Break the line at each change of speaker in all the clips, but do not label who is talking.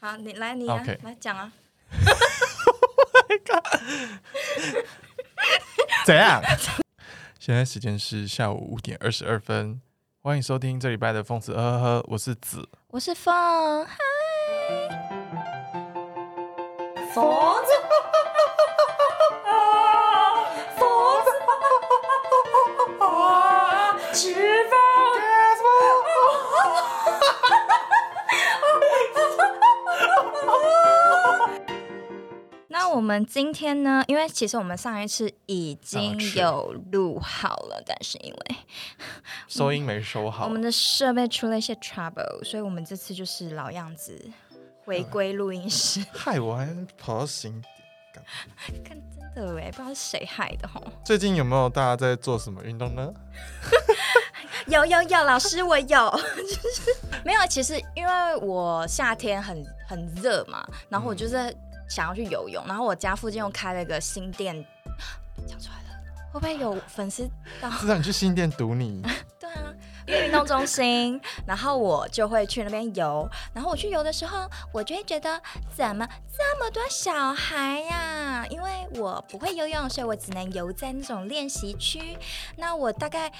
好，你来，你啊
OK
来讲啊。
怎样？ 现在时间是下午五点二十二分，欢迎收听这礼拜的《疯子呵呵呵》，我是子。
我是凤，嗨，
佛子，佛子，吃饭。
那我们今天呢？因为其实我们上一次已经
上一次
有录好了，但是因为
收音没收好，
我们的设备出了一些 trouble，所以我们这次就是老样子回
嗯
归录音室。
害我还跑到醒点。干
看，真的哎，不知道是谁害的吼。
最近有没有大家在做什么运动呢？
有有有，老师我有，就是 没有。其实因为我夏天很很热嘛，然后我就是想要去游泳，然后我家附近又开了一个新店，讲出来了，会不会有粉丝到？
知道你去新店堵你，
对啊，运动中心，然后我就会去那边游，然后我去游的时候，我就会觉得怎么这么多小孩呀、因为我不会游泳，所以我只能游在那种练习区。那我大概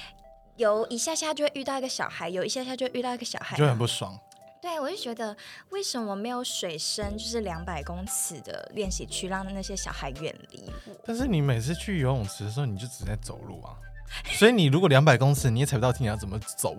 游一下下就会遇到一个小孩，游一下下就会遇到一个小孩，
就很不爽。
对，我就觉得为什么没有水深就是两百公尺的练习区，让那些小孩远离我？
但是你每次去游泳池的时候，你就只在走路啊。所以你如果两百公尺，你也踩不到地，你要怎么走？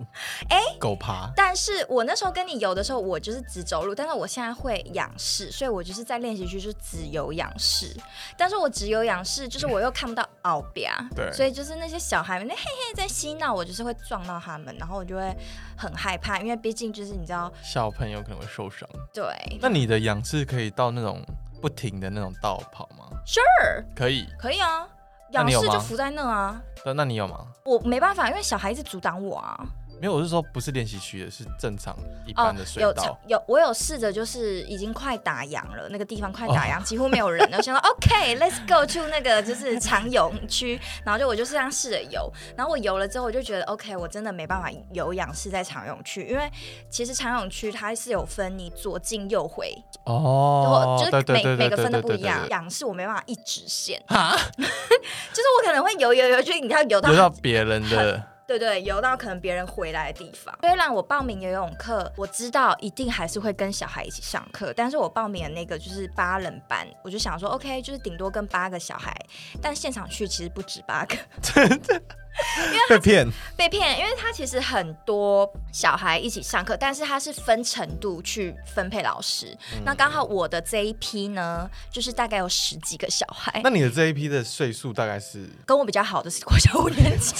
哎、狗爬。
但是我那时候跟你游的时候，我就是只走路，但是我现在会仰视，所以我就是在练习区就只游仰视。但是我只游仰视，就是我又看不到奥比啊，
对
所以就是那些小孩们那嘿嘿在嬉闹，我就是会撞到他们，然后我就会很害怕，因为毕竟就是你知道，
小朋友可能会受伤。
对
那你的仰视可以到那种不停的那种道跑吗？
，sure
可以。
可以啊，
那
仰
你有
视
吗
就浮在那啊，
那那你有吗？
我没办法，因为小孩子阻挡我啊。
没有，我是说不是练习区的，是正常一
哦
般的，水
有
道。
有，我有试着，就是已经快打烊了，那个地方快打
哦
烊，几乎没有人了。我想到 OK，Let's、go 去那个就是长泳区，然后就我就是这样试着游，然后我游了之后，我就觉得 OK，我真的没办法有氧是在长泳区，因为其实长泳区它是有分你左进右回，
哦，
就
对
是
对
每
对对
每个
对
分
对
都
对
不
对
一样。
对
仰是我没办法一直线， 就是我可能会游游游，就你要游到
流到别人的，
对对，游到可能别人回来的地方。虽然我报名游泳课，我知道一定还是会跟小孩一起上课，但是我报名的那个就是八人班，我就想说 OK，就是顶多跟八个小孩，但现场去其实不止八个，
被骗。
被骗，因为他其实很多小孩一起上课，但是他是分程度去分配老师。那刚好我的这一批呢，就是大概有十几个小孩
那。你的这一批的岁数大概是？
跟我比较好的是国小五年 级，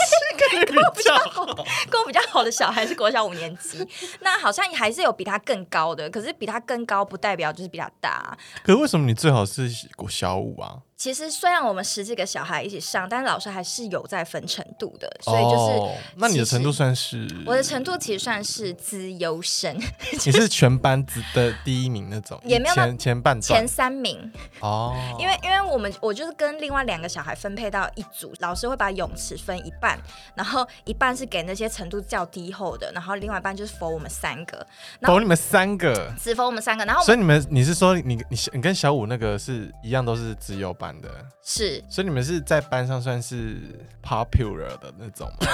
跟我比较好，跟我比较好的小孩是国小五年 级。那好像还是有比他更高的，可是比他更高不代表就是比他大。
可是为什么你最好是小五啊？
其实虽然我们十几个小孩一起上，但是老师还是有在分程度的，所以就是
哦、那你的
其实
程度算是？
我的程度其实算是资优 生，
你是全班子的第一名那种，
也没有到
前前半段
前三名。
哦，
因为因为我们我就是跟另外两个小孩分配到一组，老师会把泳池分一半，然后一半是给那些程度较低后的，然后另外一半就是 for 我们三个，然后
否你们三个。
只 for 我们三个，然后我
所以
们
你们，你是说你你你跟小五那个是一样，都是自由班的，
是
所以你们是在班上算是 popular 的那种吗？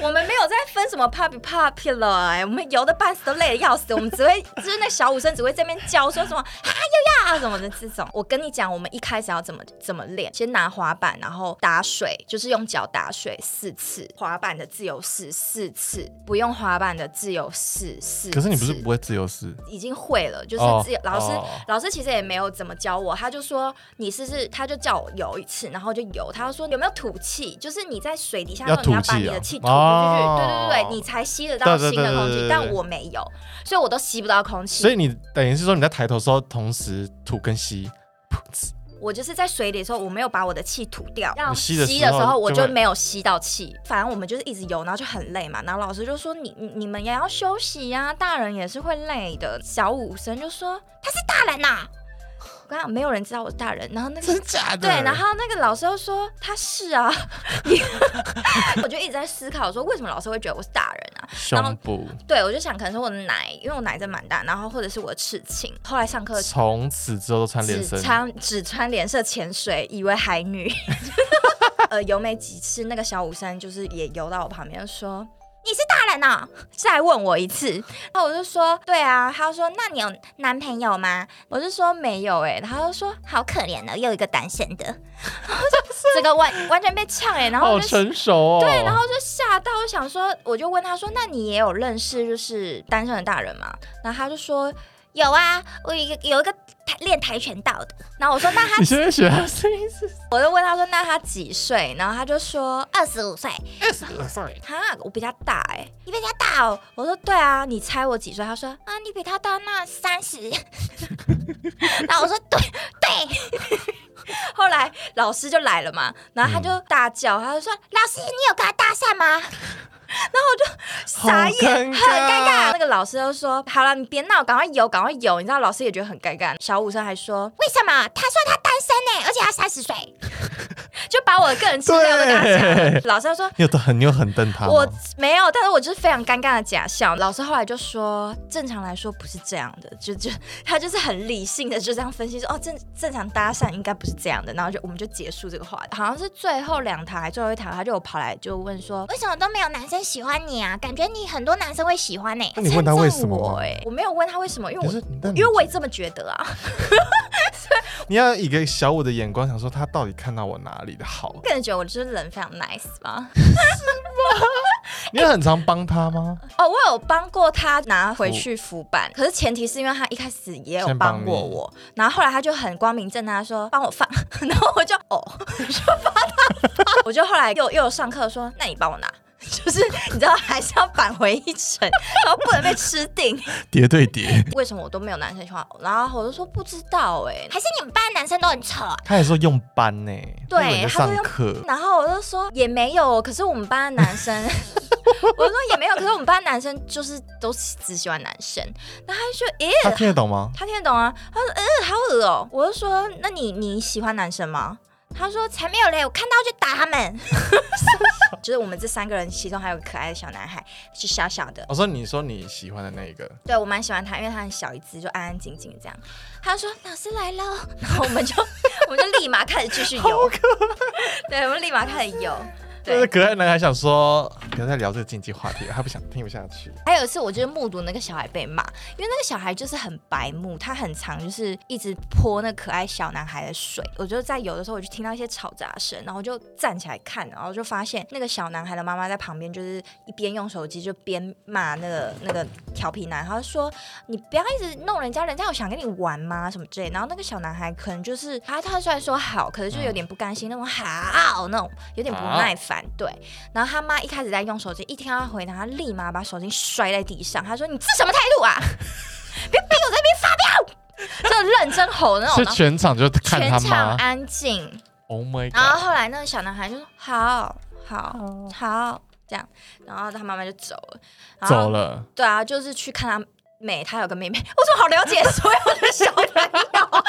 我们没有在分什么 pop popular，、哎，我们游的半死都累得要死，我们只会就是那小武生只会这边叫说什么哈又呀啊什么的这种。我跟你讲，我们一开始要怎么怎么练，先拿滑板，然后打水，就是用脚打水四次，滑板的自由式四次，不用滑板的自由式四次。
可是你不是不会自由式？
已经会了，就是
哦
自由、老师、
哦
老师其实也没有怎么教我，他就说你试试，他就叫我游一次，然后就游，他就说有没有吐气，就是你在水底下的时候你
要
要
吐气
把你
啊
的气吐出去，
哦
对对对，你才吸得到
对对
新的空气，
对对对对
但我没有，所以我都吸不到空气，
所以你等于是说你在抬头的时候，同时吐跟吸，
我就是在水里的时候，我没有把我的气吐掉，要
你吸的时候
的时候我
就
就
会
没有吸到气。反正我们就是一直游，然后就很累嘛。然后老师就说：“你你你们也啊要休息呀、大人也是会累的。”小武生就说：“他是大人呐、我跟你讲，没有人知道我是大人。然后那个
真假的？
对，然后那个老师又说他是啊，你 我就一直在思考说为什么老师会觉得我是大人啊？
胸部
对，我就想可能是我的奶，因为我奶真蛮大，然后或者是我的刺青。后来上课
从此之后都穿连
只
身，
穿只穿连色潜水，以为海女。 呃，游没几次，那个小武生就是也游到我旁边说。你是大人哦，再问我一次，然后我就说对啊，他就说那你有男朋友吗？我就说没有哎、他就说好可怜哦，又一个单身的，然后就这个完完全被呛哎、然后
好
我就
成熟哦。
对，然后就吓到，我想说，我就问他说：“那你也有认识就是单身的大人吗？”然后他就说：“有啊，我有一个有一个跆练跆拳道的。”然后我说：“那他
你现在学他声音 是
我就问他说：“那他几岁？”然后他就说：“二十五岁。
sorry，”
哈，我比他大哎、你比他大哦。我说：“对啊，你猜我几岁？”他说：“啊，你比他大，那三十。” 然后我说：“对对。” 后来老师就来了嘛，然后他就大叫，他就说：“老师，你有跟他搭讪吗？” 傻眼，很尴尬。那个老师就说：“好了，你别闹，赶快游，赶快游。”你知道老师也觉得很尴尬。小武生还说：“为什么？他说他单身呢，欸而且他三十 岁。”就把我的个人资料都跟他
对
讲。老师就说。
你有很你有很瞪他吗？
我没有，但是我就是非常尴尬的假笑。老师后来就说，正常来说不是这样的，就 就他就是很理性的就这样分析说，哦，正正常搭讪应该不是这样的，然后就我们就结束这个话题。好像是最后两堂还最后一堂，他就有跑来就问说，
为什么都
啊
没有男生喜欢你啊？感觉你很多男生会喜欢呢、
那你问他为什么
称赞我
吗？
哎、我没有问他为什么，因为
可
我
是但你
因为我也这么觉得啊。
你要以一个小五的眼光想说他到底看到我哪里的好？
个人觉得我就是人非常 nice 吧。
你有很常帮他吗？
哦，我有帮过他拿回去浮板，可是前提是因为他一开始也有
先帮
帮过
你
我，然后后来他就很光明正大地说帮我放， 然后我就哦， 就帮他放，我就后来又又有上课说，那你帮我拿。就是你知道，还是要返回一程，然后不能被吃定。
叠对叠，
为什么我都没有男生喜欢我？然后我就说不知道哎、
还是你们班的男生都很丑啊？
他也说用班呢，
对
他以为你在
他说
上
用
课，
然后我就说也没有，可是我们班的男生，我说也没有，可是我们班的男生就是都只喜欢男生。然后他就说，诶、
他听得懂吗？
他听得懂啊，他说，嗯、好恶哦、我就说，那你你喜欢男生吗？他说才没有嘞，我看到就打他们。 就是我们这三个人，其中还有个可爱的小男孩，是小小的，
我说哦你说你喜欢的那一个，
对我蛮喜欢他，因为他很小一只，就安安静静这样。他就说老师来喽，然后我们就我们就立马开始继续游，对，我们立马开始游。对
但是，可爱男孩想说不要再聊这个禁忌话题了，他不想听不下去。
还有一次，我就是目睹那个小孩被骂，因为那个小孩就是很白目，他很常就是一直泼那可爱小男孩的水。我就在有的时候，我就听到一些吵杂声，然后我就站起来看，然后就发现那个小男孩的妈妈在旁边，就是一边用手机就边骂那个那个调皮男，他就说：“你不要一直弄人家，人家有想跟你玩吗？什么之类。”然后那个小男孩可能就是他，他虽然说好，可是就有点不甘心，那种好那种有点不耐烦，对。然后他妈一开始在用手机，一听到他回答，他立马把手机摔在地上。他说：“你这什么态度啊？别逼我在那边发飙！” 就认真吼那种，
所以
然后
全场就看
全
他
场啊
妈
安静。
，Oh my
然后
god！
后来那个小男孩就说：“好好好，这样。”然后他妈妈就走了。然后
走了，
对啊，就是去看他妹，他有个妹 妹。我怎么好了解所有的小朋友？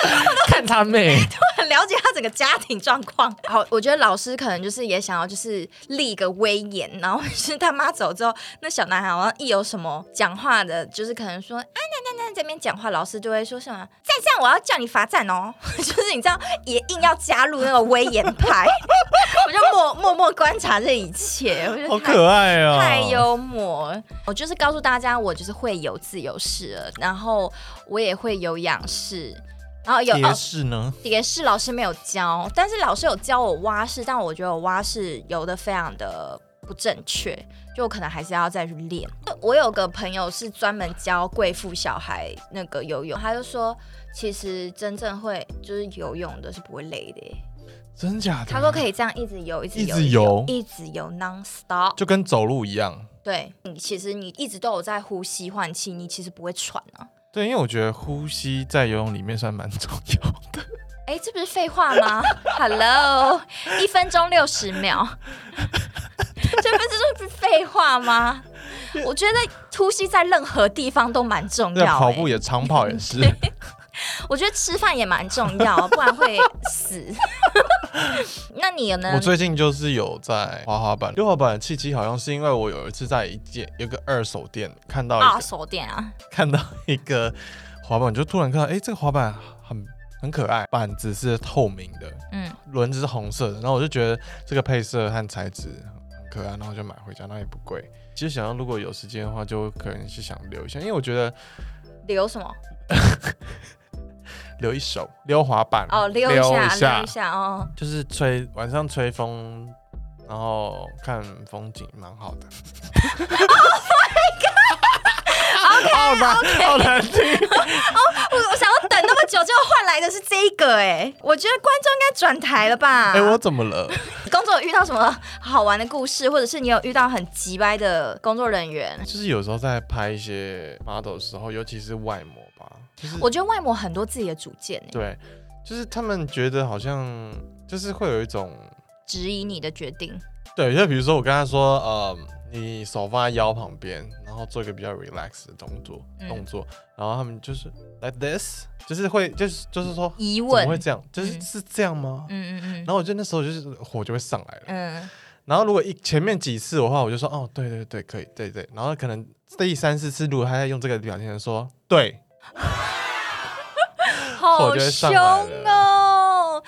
看他 妹，
很了解他整个家庭状况。 好，我觉得老师可能就是也想要就是立一个威严，然后 是他妈走之后，那小男孩好像一有什么讲话的，就是可能说啊，那那那这边讲话，老师就会说什么再这样我要叫你罚站哦， 就是你知道也硬要加入那个威严派， 我就默默默观察这一切，我觉得
好
太
可爱哦，
太幽默了，我就是告诉大家，我就是会游自由式了，然后我也会有仰式，然后有
蝶
哦
式呢？
蝶式老师没有教，但是老师有教我蛙式，但我觉得我蛙式游的非常的不正确，就我可能还是要再去练。我有个朋友是专门教贵妇小孩那个游泳，他就说，其实真正会就是游泳的是不会累的耶，
真假的？
他说可以这样一直游，一直
一
游，
直游，
一直游 non stop。
就跟走路一样。
对你，其实你一直都有在呼吸换气，你其实不会喘啊。
对，因为我觉得呼吸在游泳里面算蛮重要的。
哎，这不是废话吗 ？Hello，一分钟六十秒， 这不是就是废话吗？我觉得呼吸在任何地方都蛮重
对，
要、
跑
欸。
步也，长跑也是。
我觉得吃饭也蛮重要，啊不然会死。 那你呢
我？最近就是有在滑滑板，溜滑板的契机好像是因为我有一次在一间有个二手店看到一
二
个
手店啊，
看到一个滑板，我就突然看到，哎、这个滑板很很可爱，板子是透明的，
嗯，
轮子是红色的，然后我就觉得这个配色和材质很可爱，然后我就买回家，那也不贵。其实想要如果有时间的话，就可能是想留一下，因为我觉得
留什么？
留一手溜滑板
哦，溜一
溜
下，溜一下哦。
就是吹晚上吹风，然后看风景，蛮好的。
Oh
好难，好难听。
我我想要等那么久，结果换来的是这一个哎、我觉得观众应该转台了吧？
哎、我怎么了？
工作有遇到什么好玩的故事，或者是你有遇到很急掰的工作人员？
就是有时候在拍一些 model 的时候，尤其是外模吧，就是
我觉得外模很多自己的主见、欸，
对，就是他们觉得好像就是会有一种
质疑你的决定。
对，就比如说我跟他说，呃，你手放在腰旁边，然后做一个比较 relax 的动作，
嗯
动作，然后他们就是 like this，就是会就是就是说
疑
怎么
问，
会这样？就是、
嗯
是这样吗？
嗯嗯
然后我就那时候就是火就会上来了，
嗯
然后如果一前面几次的话，我就说哦，对对对，可以，对对。然后可能第三四次，如果他在用这个表情说对，
嗯，好
我觉得
凶
上来了
哦！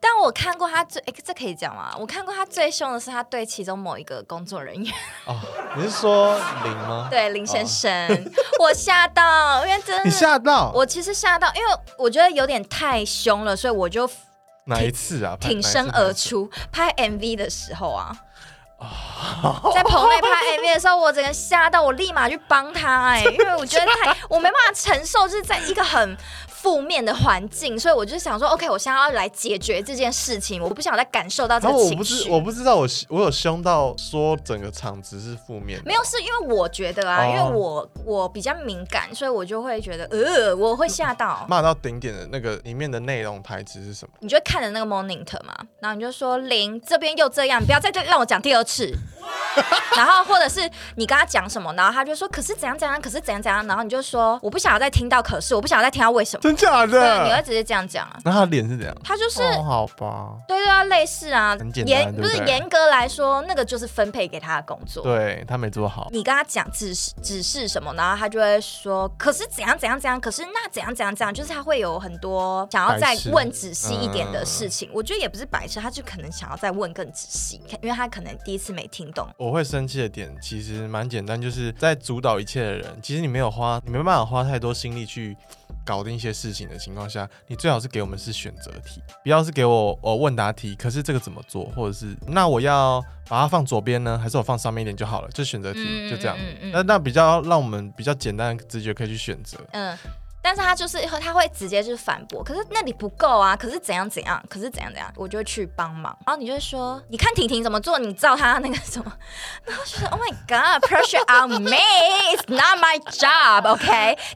但我看过他最，哎、这可以讲吗？我看过他最凶的是他对其中某一个工作人 员，
哦，你是说零吗？，
对林先生， 我吓到，因为真
哦
的，
你吓到
我其实吓到，因为我觉得有点太凶了，所以我就
哪一次啊？拍
挺身而。出。拍 MV 的时候啊，
哦
在棚内拍 MV 的时候，我整个吓到，我立马去帮他、 哎，因为我觉得太，我没办法承受，就是在一个很负面的环境，所以我就想说，OK，我现在要来解决这件事情，我不想再感受到这
哪一次然后
个
我
情
不知
绪。
我不知道我我有凶到说整个场子是负面的，
没有，是因为我觉得啊，
哦
因为我我比较敏感，所以我就会觉得，呃，我会吓到。
骂到顶点的那个里面的内容台词是什么？
你就会看着那个 monitor 嘛，然后你就说零这边又这样，不要再让我讲第 二次。然后或者是你跟他讲什么，然后他就说可是怎样怎样，可是怎样怎样，然后你就说我不想要再听到，可是我不想要再听到为什么，
真假
对，你会
的？
直接这样讲啊。
那他脸是怎样？
他就是、
啊哦，好吧，
对对啊，类似啊
很，简单
严
对不
不是
对
严格来说，那个就是分配给他的工作。
对他没做好。
你跟他讲指示指示什么，然后他就会说，可是怎样怎样怎样，可是那怎样怎样怎样，就是他会有很多想要再
白痴
问仔细一点的事情。我觉得也不是白痴，他就可能想要再问更仔细，因为他可能第一次没听懂。
我会生气的点其实蛮简单，就是在主导一切的人，其实你没有花，你没办法花太多心力去搞定一些事情的情况下，你最好是给我们是选择题，不要是给我呃问答题。可是这个怎么做，或者是那我要把它放左边呢，还是我放上面一点就好了？就选择题、
嗯
就这样。
嗯嗯嗯
那那比较让我们比较简单的直觉可以去选择。
嗯，但是他就是他会直接就是反驳，可是那里不够啊，可是怎样怎样，可是怎样怎样，我就会去帮忙。然后你就会说，你看婷婷怎么做，你照她那个什么，然后就说 Oh my God，pressure on me，it's not my job，OK、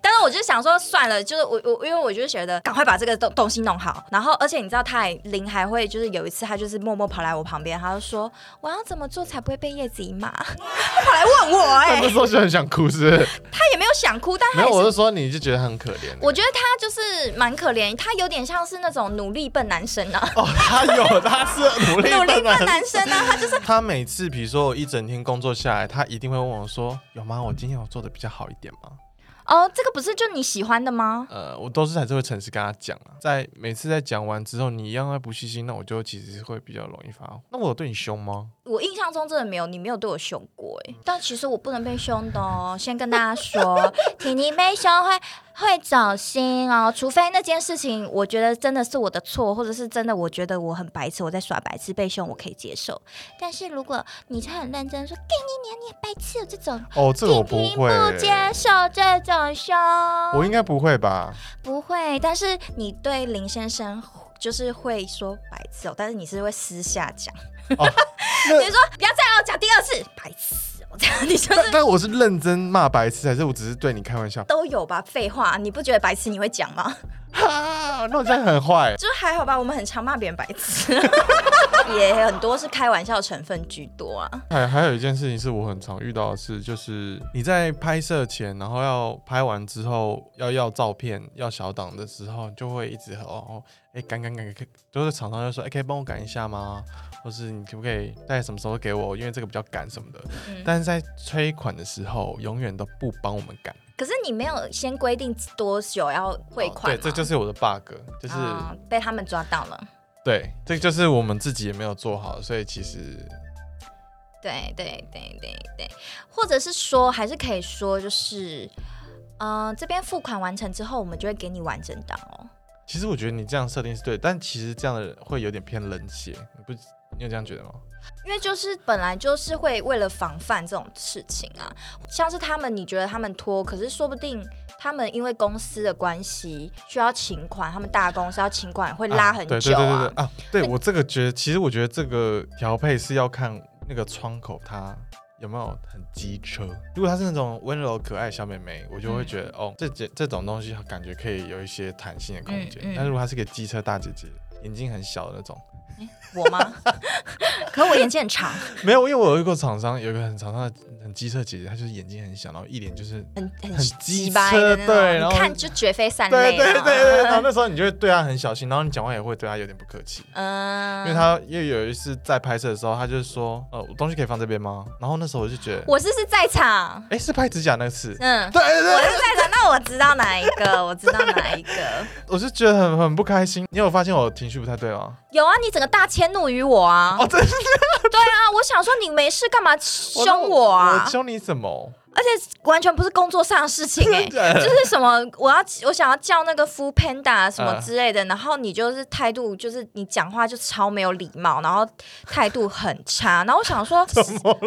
但是我就想说算了，就是我我因为我就觉得赶快把这个东东西弄好。然后而且你知道，他还林还会就是有一次，他就是默默跑来我旁边，他就说我要怎么做才不会被叶子姨骂，他跑来问 我、
那
哎，
时候就很想哭，是不是？
他也没有想哭，但他
没
还
有，
是
我是说你就觉得很可怜。
我觉得他就是蛮可怜，他有点像是那种努力笨男生啊，
哦，他有，他是努力
努力
笨
笨
男
男生啊，他就是
他每次比如说我一整天工作下来，他一定会问我说：“有吗？我今天有做的比较好一点吗
哦，这个不是就你喜欢的吗？”？
呃，我都是还是会诚实跟他讲啊。在每次在讲完之后，你一样会不细心，那我就其实会比较容易发火。那我有对你凶吗？
我印象中真的没有，你没有对我凶过哎、但其实我不能被凶的哦，先跟大家说，
婷婷被凶会会走心哦，除非那件事情
我觉得真的是我的错，或者是真的我觉得我很白痴，我在耍白痴被凶我可以接受，
但是如果你是很认真说“给你娘，你也白痴”这种，
哦，这个我
婷
不
婷
会、
不接受这种凶，
我应该不会吧？
不会。但是你对林先生就是会说白痴哦，但是你是会私下讲，
哦，
你说不要再让我讲第二次白痴哦，这样你就是
但但我是认真骂白痴，还是我只是对你开玩笑？
都有吧？废话，你不觉得白痴你会讲吗？
哈，那我这样很坏。
就还好吧，我们很常骂别人白 痴，也很多是开玩笑成分居多啊。
还哎还有一件事情是我很常遇到的事，就是你在拍摄前，然后要拍完之后要要照片、要小档的时候，就会一直哦哦，哎、赶赶赶，就是厂商就说，哎、可以帮我赶一下吗？或是你可不可以在什么时候给我？因为这个比较赶什么的。
嗯
但是在催款的时候，永远都不帮我们赶。
可是你没有先规定多久要汇款、、
哦对，这就是是我的 bug，就是、
啊被他们抓到了。
对，这就是我们自己也没有做好，所以其实
对对对对对，或者是说，还是可以说，就是，嗯、这边付款完成之后，我们就会给你完整档哦。
其实我觉得你这样设定是对，但其实这样的会有点偏冷血，你不你有这样觉得吗？
因为就是本来就是会为了防范这种事情啊，像是他们你觉得他们拖，可是说不定他们因为公司的关系需要请款，他们大公司要请款会拉很久
啊对
啊。
对对对对啊！对我这个觉得，其实我觉得这个调配是要看那个窗口它有没有很机车。如果它是那种温柔可爱小妹妹，我
嗯
就会觉得、哦，这这这种东西感觉可以有一些弹性的空间。
嗯嗯
但如果她是个机车大姐姐，眼睛很小的那种，
我吗？
可我眼睛很长，
没有，因为我有一个厂商，有一个很厂商的很机车姐姐，她就是眼睛很小，然后一脸就是
很很
很机
鸡掰
车，
的那
对，然
种，
后
你看就绝非善
对
类
对对
啊。
对，然后那时候你就会对她很小心，然后你讲话也会对她有点不客气。因
嗯，
为他因为有一次在拍摄的时候，他就说，呃，我东西可以放这边吗？然后那时候我就觉得，
我是是在场，
哎，是拍指甲那次，
嗯，
对对
我
对，
是在场，那我知道哪一个，我知道哪一个。
我就觉得很很不开心。你有发现我情绪不太对吗？
有啊，你整个大迁怒于我啊！
哦，真的，
对啊，我想说你没事干嘛凶我啊
我？凶你什么？
而且完全不是工作上的事情 哎、
真的假
就
的
是什么，我要我想要叫那个 Food Panda 什么
嗯
之类的，然后你就是态度，就是你讲话就超没有礼貌，然后态度很差，然后我 想说，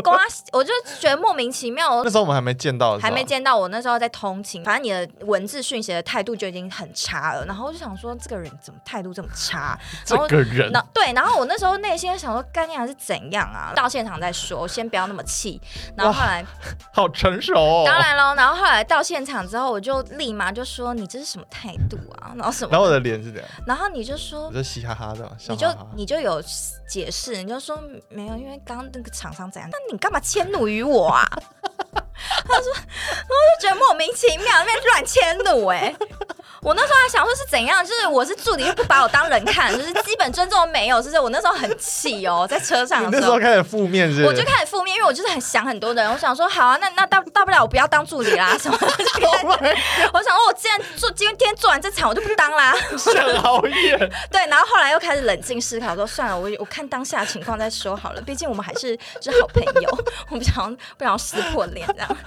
公啊，我就觉得莫名其妙，
那时候我们还没见到，
还没
是吧。
见到我那时候在通勤，反正你的文字讯息的态度就已经很差了，然后我就想说这个人怎么态度这么 差，
这
然后。
个人
那对，然后我那时候内心在想说，概念还是怎样啊？到现场再说，先不要那么气。然后后来，
好成熟哦。
当然喽，然后后来到现场之后，我就立马就说：“你这是什么态度啊？”然后什
然
么？
后我的脸是这样，
然后你就说
我就嘻哈哈的，笑
你就
哈哈。
你就有解释，你就说没有，因为刚刚那个厂商怎样，那你干嘛迁怒于我啊？ 他说，我就觉得莫名其妙，那边乱迁怒哎、我那时候还想说是怎样，就是我是助理又不把我当人看，就是基本尊重都没有，就是我那时候很气哦，在车上
你
的
那
时
时
候
候。开始负面是不？
我就是开始负面，因为我就是很想很多的人，我想说好啊，那那大大不了我不要当助理啦，什 么？
Oh
我想说，我既然做今天做完这场，我就不当啦。
想好远，
对，然后后来又开始冷静思考，说算了，我我看当下情况再说好了，毕竟我们还是就是好朋友， 我不想不想撕破脸这样，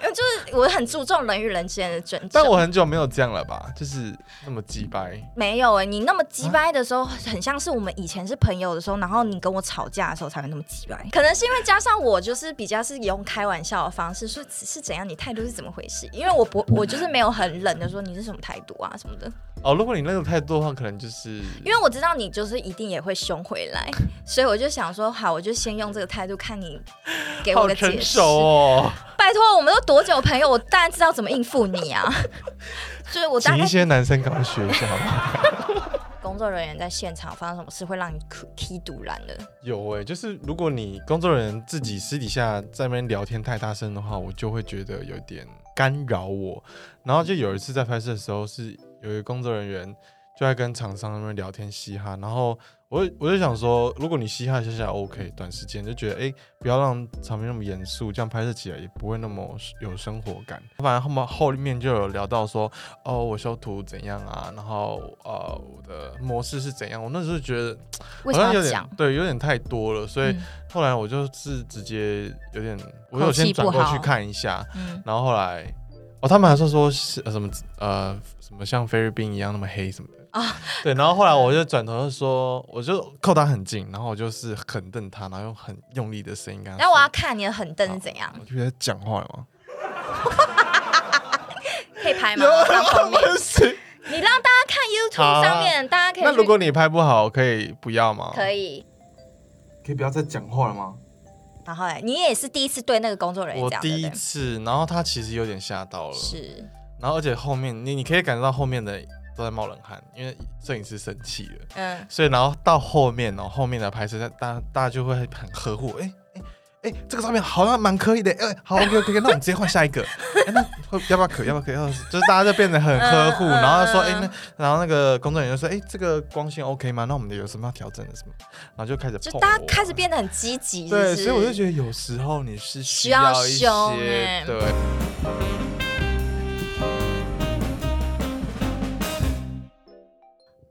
因为就是我很注重人与人之间的尊
但
重。
我很久没有这样了吧？就是那么鸡掰。
没有哎、你那么鸡掰的时候，很像是我们以前是朋友的时候，然后你跟我吵架的时候才会那么鸡掰。可能是因为加上我就是比较是用开玩笑的方式说是怎样，你态度是怎么回事？因为我不我就是没有很冷的说你是什么态度啊什么的。
哦，如果你那个态度的话，可能就是
因为我知道你就是一定也会凶回 来，所以我就想说，好，我就先用这个态度看你给我
好
个
成
解释。
熟哦。
拜托，我们都多久朋友，我当然知道怎么应付 你啊。就是我大
请
概
一些男生赶快学一下，好不好？
工作人员在现场发生什么事会让你哭踢堵然的，
有哎、就是如果你工作人员自己私底下在那边聊天太大声的话，我就会觉得有点干扰我。然后就有一次在拍摄的时候，是有一个工作人员就在跟厂商那边聊天嘻哈，然后我就我就想说，如果你嘻哈一下下 OK，短时间就觉得哎、诶不要让场面那么严肃，这样拍摄起来也不会那么有生活感。反正后面后面就有聊到说，哦，我修图怎样啊，然后呃我的模式是怎样，我那时候觉得。
为什
好像
么
有
要
点
讲？
对，有点太多了，所以
嗯
后来我就是直接有点，我
口
有先
气
转
不
过
好
去看一下，
嗯，
然后后来哦，他们还说说是、呃、什么呃什么像菲律宾一样那么黑什么的
啊
对，然后后来我就转头就说，我就靠他很近，然后我就是狠瞪他，然后用很用力的声音跟他
那我要
说，
看你的狠瞪是怎样，
我就觉得讲话 了吗？
可以 拍吗？上封面，
是，
你让大家看 YouTube
好啊
上面，大家可以
那
去
如果你拍不好，可以不要吗？
可，以，
可以不要再讲话了吗？
然后嘞，你也是第一次对那个工作人员
我
这样
第一
的，
次，然后他其实有点吓到了，
是
然后而且后面你你可以感觉到后面的都在冒冷汗，因为摄影师生气了。
嗯，
所以然后到后面哦，后面的拍摄，大家大家就会很呵护，哎哎哎，这个照片好像蛮可以的，哎、好 OK OK，那我们直接换下一个，哎、那会要不要可要不要可要，就是大家就变得很呵护，然后说哎、那然后那个工作人员就说哎、这个光线 OK 吗？那我们有什么要调整的什么？然后就开始
就
碰
大家
我
开始变得很积极，是不
对，
是
所以我就觉得有时候你是需
需要
一些
凶哎
对。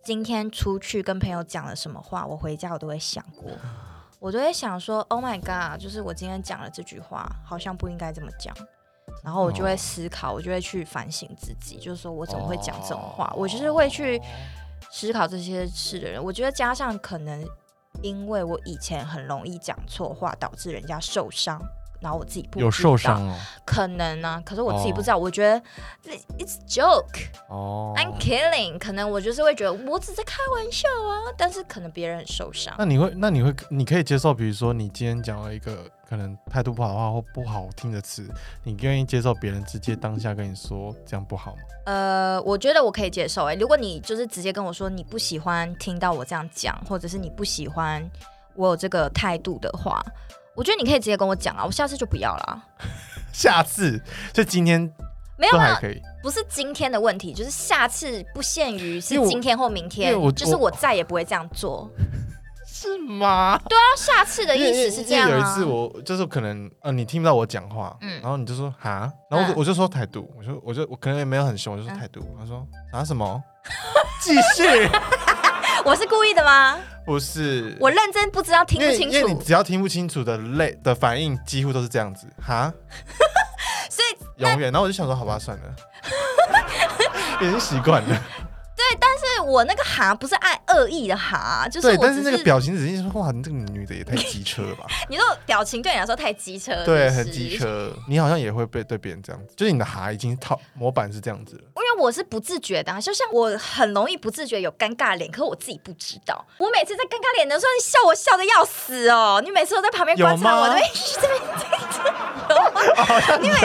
今天出去跟朋友讲了什么话，我回家我都会想过，我都会想说，Oh my god，就是我今天讲了这句话，好像不应该这么讲。然后我就会思考，我就会去反省自己，就是说我怎么会讲这种
哦
话？我就是会去思考这些事的人。我觉得加上可能因为我以前很容易讲错话，导致人家受伤，然后我自己不知道
有受伤哦，
可能啊，可是我自己不知道。我觉得 it's joke,
哦
I'm killing。可能我就是会觉得我只是开玩笑啊，但是可能别人很受伤。
那你会，那你会，你可以接受，比如说你今天讲了一个可能态度不好的话或不好听的词，你愿意接受别人直接当下跟你说这样不好吗？
呃，我觉得我可以接受、欸。哎，如果你就是直接跟我说你不喜欢听到我这样讲，或者是你不喜欢我有这个态度的话，我觉得你可以直接跟我讲啊，我下次就不要啦。
下次就今天
没有
都还
啦，
可以，
不是今天的问题，就是下次不限于是
因为我
今天或明
因
天
为我，
就是
我
我再也不会这样做。
是吗？对，
那下次的意思是这样
因为有一
啊
次。我就是可能呃，你听不到我讲话，
嗯
然后你就说哈，然后我就、
嗯
我就说态度，我就我就我可能也没有很凶，我就说
嗯
态度，他说啊什么？继 续？
我是故意的吗？
不是，
我认真不知道听
因
不
为
清
因为你
楚，
只要听不清楚的类的反应，几乎都是这样子哈。
所以
永远。然后我就想说，好吧，算了， 已经习惯了。
是我那个哈不是爱恶意的哈，就是
对，
我
但
只
是那个表情只是说，哇，你这个女的也太机车了吧？
你说表情对你来说太机车，
对，
是不
很
是
机。车。你好像也会被对别人这样子，就是你的哈已经套模板是这样子了。
因为我是不自觉的、啊，就像我很容易不自觉有尴尬脸，可我自己不知道。啊我每次在尴尬脸的时候，你笑我笑的要死哦，你每次都在旁边观察
有吗
我，对，这边
你有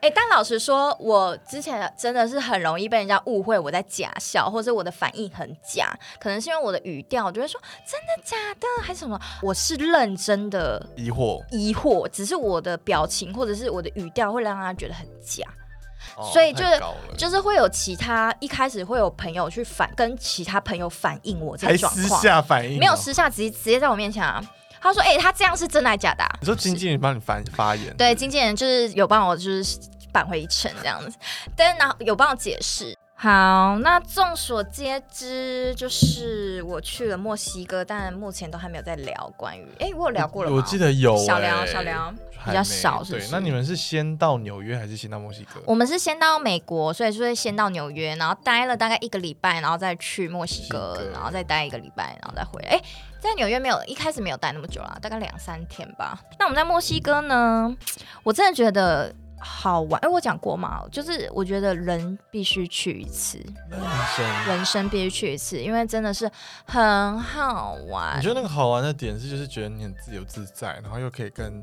哎、但老实说，我之前真的是很容易被人家误会我在假笑，或者我的反应很假，可能是因为我的语调，我就会说真的假的还是什么，我是认真的
疑惑，
疑惑，只是我的表情或者是我的语调会让他觉得很假，哦所以就是
哦太高了
就是会有其他一开始会有朋友去反跟其他朋友反映我这
还
个状
私
况，
下反应哦，
没有私下直接直接在我面前啊，他说：“哎、他这样是真的还假的啊、
你说经纪人帮你发发言，
对，经纪人就是有帮我就是扳回一城这样子，但然后有帮我解释。好，那众所皆知，就是我去了墨西哥，但目前都还没有在聊关于，哎、我有聊过了吗？
我记得有
小聊
欸
小聊
还
比较
没
少，是不
对
是？，
那你们是先到纽约还是先到墨西哥？
我们是先到美国，所以是会先到纽约，然后待了大概一个礼拜，然后再去墨西哥，
墨西哥
然后再待一个礼拜，然后再回来。哎，在纽约没有一开始没有待那么久啦，大概两三天吧。那我们在墨西哥呢，我真的觉得好玩。哎，我讲过嘛，就是我觉得人必须去一次，
人生。
人生必须去一次，因为真的是很好玩
你觉。得那个好玩的点是，就是觉得你很自由自在，然后又可以跟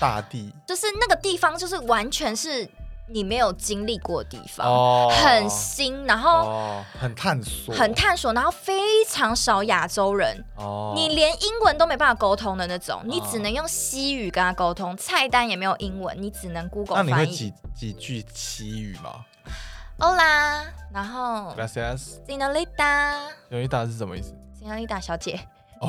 大地
就是那个地方，就是完全是你没有经历过的地方，
哦
很新，然后。
哦，很探索，
很探索，然后非常少亚洲人，
哦，啊
你连英文都没办法沟通的那种，你只能用西语跟他沟通，菜单也没有英文，你只能 Google
那你会
翻译。
几几句西语吗
欧啦，然后
？Gracias，
Senorita，Senorita
有一打是什么意思？
小姐，
哦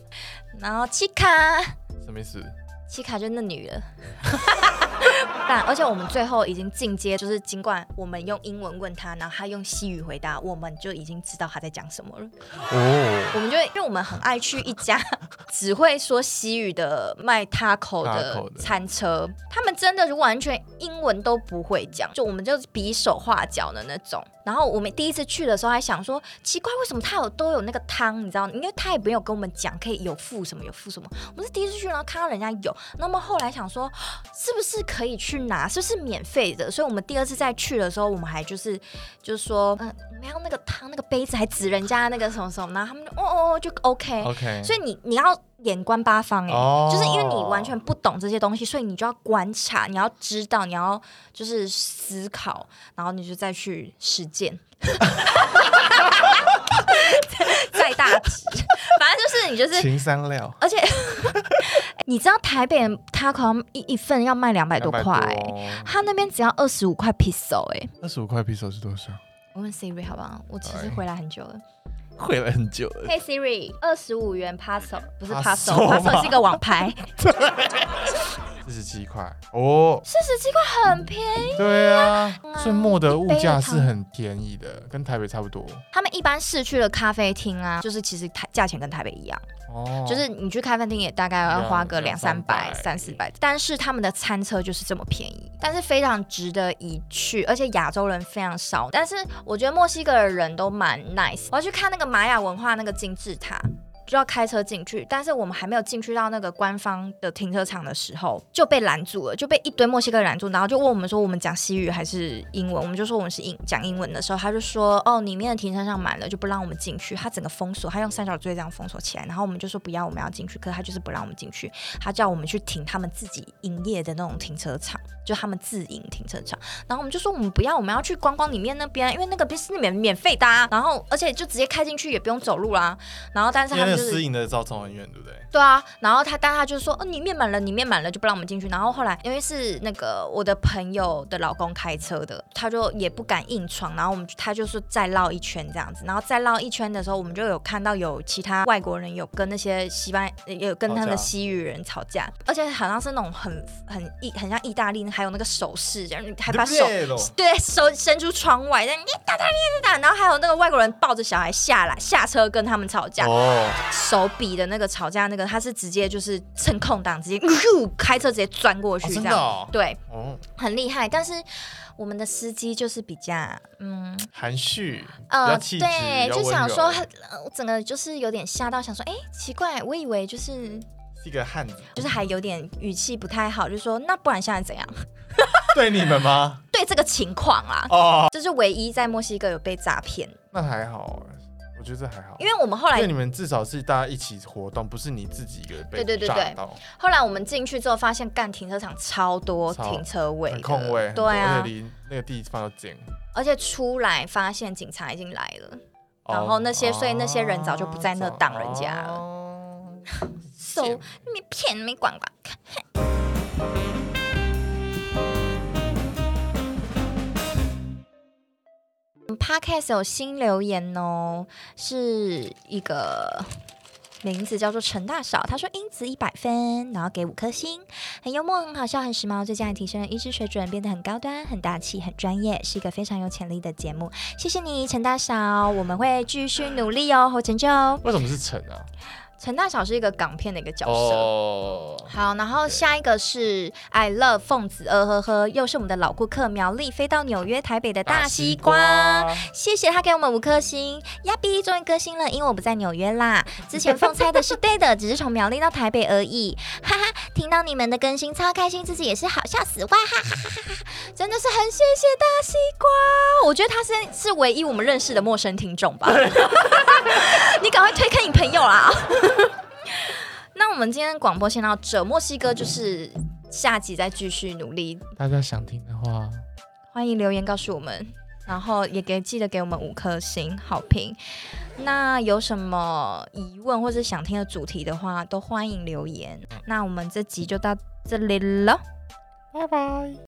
然后七卡，
什么意思？
七卡就是那女的。 但而且我们最后已经进阶，就是尽管我们用英文问他，然后他用西语回答，我们就已经知道他在讲什么了。
哦，
我们就会因为我们很爱去一家 只会说西语的卖 taco 的
Taco 的
餐车，他们真的是完全英文都不会讲，就我们就是比手画脚的那种。然后我们第一次去的时候还想说，奇怪，为什么他有都有那个汤，你知道？因为他也没有跟我们讲可以 有附什么有附什么。我们是第一次去，然后看到人家有，那么后来想说，是不是可以去拿，是不是免费的？所以我们第二次再去的时候，我们还就是就是说，嗯，我们要那个汤那个杯子，还指人家那个什么什么，然后他们就哦哦哦就 OK。
OK，
所以你你要眼观八方哎、
哦
就是因为你完全不懂这些东西，所以你就要观察，你要知道，你要就是思考，然后你就再去实践。 再大题， 反正就是你就是
情三料
而且 你知道台北人他可能一一份要卖两百多块、他那边只要二十五块 peso 哎、
二十五块 p i 是多少？
我问 Siri 好不好？我其实
哎
回来很久了。
回来很久了，
Hey Siri，二十五元 peso 不是
Paso
peso，peso 是一个网 牌，
四十七块哦。
四十七块很便宜。
对啊，所以莫德物价
嗯一杯的
是
汤
很便宜的，跟台北差不多
他们一般市区的咖啡厅啊，就是其实台价钱跟台北一样，
哦。
就是你去咖啡厅也大概要花个两三百、
两
三四百，但是他们的餐车就是这么便宜，但是非常值得一去，而且亚洲人非常少，但是我觉得墨西哥的人都蛮 nice。我要去看那个玛雅文化那个金字塔。就要开车进去，但是我们还没有进去到那个官方的停车场的时候，就被拦住了，就被一堆墨西哥人拦住，然后就问我们说我们讲西语还是英文，我们就说我们是英讲英文的时候，他就说哦里面的停车场满了就不让我们进去，他整个封锁，他用三角锥这样封锁起来，然后我们就说不要我们要进去，可是他就是不让我们进去，他叫我们去停他们自己营业的那种停车场，就他们自营停车场。然后我们就说我们不要，我们要去观光里面那边，因为那个不是免免费的、啊，然后而且就直接开进去也不用走路啦。然后但是
因为
他
那个
们就是
私。营的照从很远，对不对？
对啊，然后他，但他就说，哦，里面满了，里面满了，就不让我们进去。然后后来，因为是那个我的朋友的老公开车的，他就也不敢硬闯，然后我们就他就说再绕一圈这样子，然后再绕一圈的时候，我们就有看到有其他外国人有跟那些西班呃有跟他
吵
们
架
的西语人吵架，而且好像是那种很很意很像意大利，还有那个手势这样，还把手
对咯
对手伸出窗外，这样你打他，你打他，然后还有那个外国人抱着小孩下来下车跟他们吵架，
哦，
手比的那个吵架那个，他是直接就是趁空档直接 呼开车直接钻过去
哦
这
真的
样，
哦
对，
哦，
很厉害。但是我们的司机就是比较，嗯
含蓄，比较
呃，
气质，
对，
比较
就
温
想
柔
说，呃我整个就是有点吓到，想说，哎，奇怪，我以为就是
是一个汉子，
就是还有点语气不太好，就说那不然现在怎样？
对你们吗？
对这个情况啦，
哦，
这是唯一在墨西哥有被诈骗，
那还好，我觉得这还好，
因为我们后
因
来
为你们至少是大家一起活动，不是你自己一个人被
对对对
炸
对
到，
后来我们进去之后发现，干停车场超多
超
停车位的，
很空位，很多
对
而
啊
且，离那个地方又近，
而且出来发现警察已经来了，
哦
然后那些所以那些人早就不在那挡人家了
哦
手
贱
没骗没管管。Podcast 有新留言哦，是一个名字叫做陈大嫂，她说英子一百分，然后给五颗星，很幽默，很好笑，很时髦，最近还提升了音质水准，变得很高端，很大气，很专业，是一个非常有潜力的节目。谢谢你，陈大嫂，我们会继续努力哦，好成就。
为什么是陈啊？
陈大嫂是一个港片的一个角色。
哦，
好，然后下一个是 I love 凤子，呃呵呵，又是我们的老顾客苗栗飞到纽约、台北的大西瓜，谢谢他给我们五颗星，呀比终于更新了，因为我不在纽约啦。之前凤猜的是对的，只是从苗栗到台北而已， 哈哈，听到你们的更新超开心，自己也是好笑死，哇哈哈哈哈，真的是很谢谢大西瓜，我觉得他是是唯一我们认识的陌生听众吧， 你赶快推开你朋友啦。 那我们今天广播先到这，墨西哥就是下集再继续努力，
大家想听的话，
欢迎留言告诉我们，然后也给记得给我们五颗星好评。那有什么疑问或者想听的主题的话，都欢迎留言。那我们这集就到这里了。
拜拜。